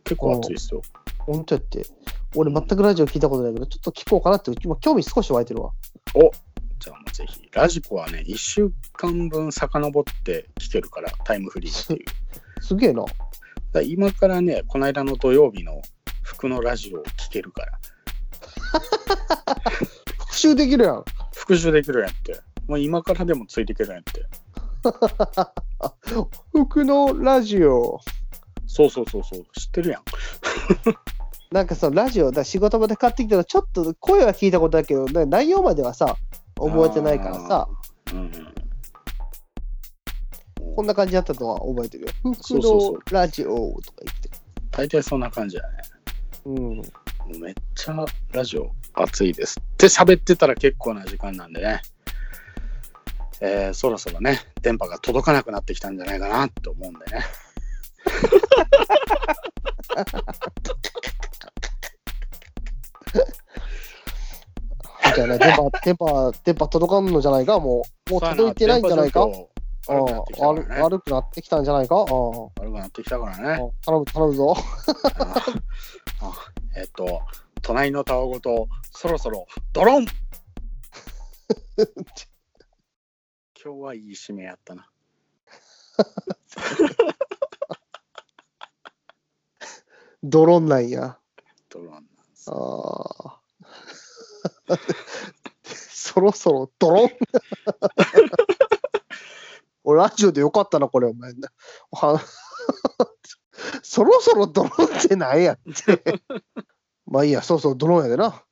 結構熱いですよ
ほんとやって。俺全くラジオ聞いたことないけど、ちょっと聞こうかなって、今興味少し湧いてるわ。
じゃあもうぜひ。ラジコはね、1週間分遡って聞けるから、タイムフリーっていう。だか
すげえな。
ら今からね、この間の土曜日の服のラジオを聞けるから、
復習できるやん。
復習できるやんって。もう今からでもついていけるやんって。
服のラジオ。
そうそうそうそう、知ってるやん。
なんかさ、ラジオ、だから仕事場で買ってきたら、ちょっと声は聞いたことだけど、な内容まではさ、覚えてないからさ、
うん。
こんな感じだったとは覚えてるよ。服
そうそうそ
の
う
ラジオとか言って。
大体そんな感じだね。
うん。
もうめっちゃラジオ熱いですって喋ってたら結構な時間なんでね。えーそろそろね、電波が届かなくなってきたんじゃないかなと思うんでね。
じゃあね、電 波、電波、電波届かんのじゃないかもう、もう届いてないんじゃないか
さ
ああ
あ電波状況悪くなってきたからね
悪くなってきたんじゃないかああ
悪くなってきたから
ああ
ね。
頼む、頼むぞ。
ああえっと、隣のタワごと、そろそろドロン今日はいい締めやったな。
ドローンなんや。
ドロンなんです。
ああ。 そろそろドロン 俺ラジオでよかったな、これ、お前。おは そろそろドロンってなんやって。まあいいや、そうそう、ドローンやでな。